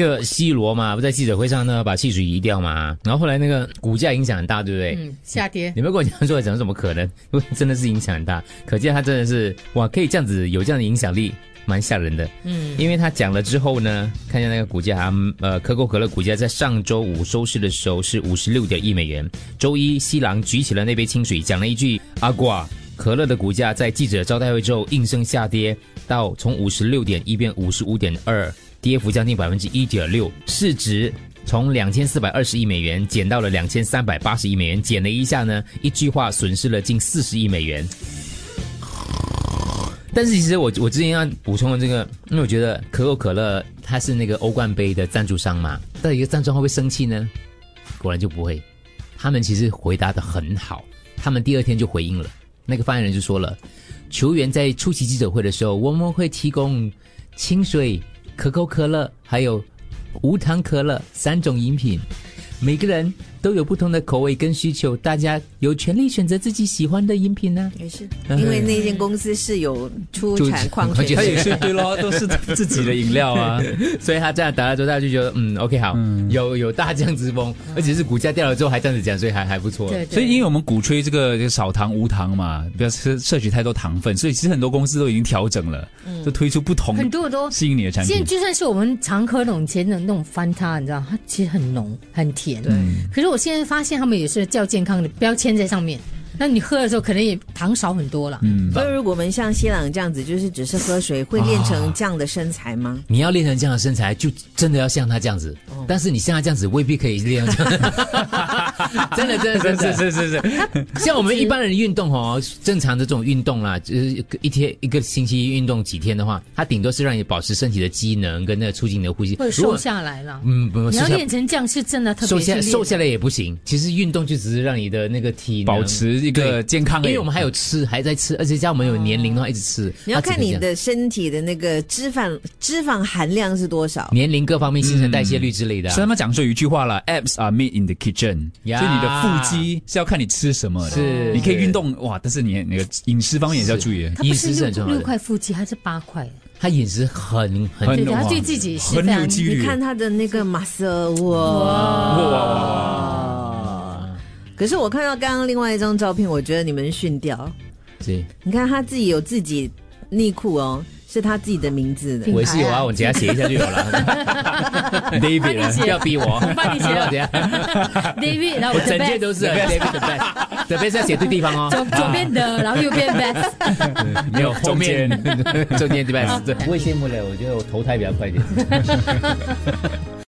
那个 C 罗嘛，不在记者会上呢把气水移掉嘛，然后后来那个股价影响很大，对不对？嗯，下跌。你们跟我讲说讲怎么可能？ 因为真的是影响很大，可见他真的是哇，可以这样子有这样的影响力，蛮吓人的。嗯，因为他讲了之后呢，看一下那个股价啊，嗯呃，可口可乐股价在上周五收市的时候是五十六点一美元。周一，西郎举起了那杯清水，讲了一句“阿瓜”，可乐的股价在记者招待会之后应声下跌到从五十六点一变五十五点二，跌幅将近百分之一点六，市值。从两千四百二十亿美元减到了两千三百八十亿美元，减了一下呢，一句话损失了近四十亿美元。但是其实我我之前要补充的这个，因为我觉得可口可乐它是那个欧冠杯的赞助商嘛，到底一个赞助商会不会生气呢？果然就不会，他们其实回答的很好，他们第二天就回应了。那个发言人就说了，球员在出席记者会的时候，我们会提供清水、可口可乐还有无糖可乐三种饮品，每个人都有不同的口味跟需求，大家有权利选择自己喜欢的饮品呢、也是，因为那间公司是有出产矿泉就他而水且也是对 咯，都是自己的饮 料啊。所以他这样打了之后，大家就觉得嗯，OK 好，有有大将之风，而且是股价掉了之后还这样子讲，所以还还不错。对，对所以，因为我们鼓吹这个这个少糖无糖嘛，不要摄摄取太多糖分，所以其实很多公司都已经调整了，嗯都推出不同很多都吸引你的产现在品。就算是我们常喝那种甜的那种翻它，你知道，它其实很浓很甜。对可是我现在发现他们也是叫健康的标签在上面，那你喝的时候可能也糖少很多了。嗯，所以如果我们像西朗这样子，就是只是喝水，会练成这样的身材吗？你要练成这样的身材，就真的要像他这样子，哦但是你像他这样子未必可以练成这 样，真的真的真的。是是 是是，像我们一般人运动哦，正常的这种运动啦，就是一天一个星期运动几天的话，它顶多是让你保持身体的机能跟那个促进你的呼吸。会如瘦果下来了。嗯，不你瘦要下练成这样是真的，特瘦别下是瘦练下来也不行。其实运动就只是让你的那个体能保持一个对健康而已。因为我们还有吃，还在吃，而且加我们有年龄的话，一直吃。你要它只看能这你样的身体的那个脂肪脂肪含量是多少。年龄各方面、新陈代谢率之类的啊、所以他们讲说有一句话啦 a b s are made in the kitchen，呀所以你的腹肌是要看你吃什么的。是你可以运动哇，但是你那个饮食方面也是要注意。它不饮是食是很六重要六的。块腹肌，它是八块，他饮食很很啊很对的，哇它对自己是很非有常纪律你看他的那个 muscle，哇！哇哇哇哇！可是我看到刚刚另外一张照片，我觉得你们逊掉。对，你看他自己有自己内裤哦，是他自己的名字的品我牌啊。也是有啊，我等下写一下就有了。 David 帮你啊不写要逼 我，帮你写不要等下， David，然我后的啊整件 best，都是啊 David the best，the best 要写对地方左哦，啊左边的，然后右边 best，没有后中面间 中间 the best，我也羡慕了，我觉得我投胎比较快一点。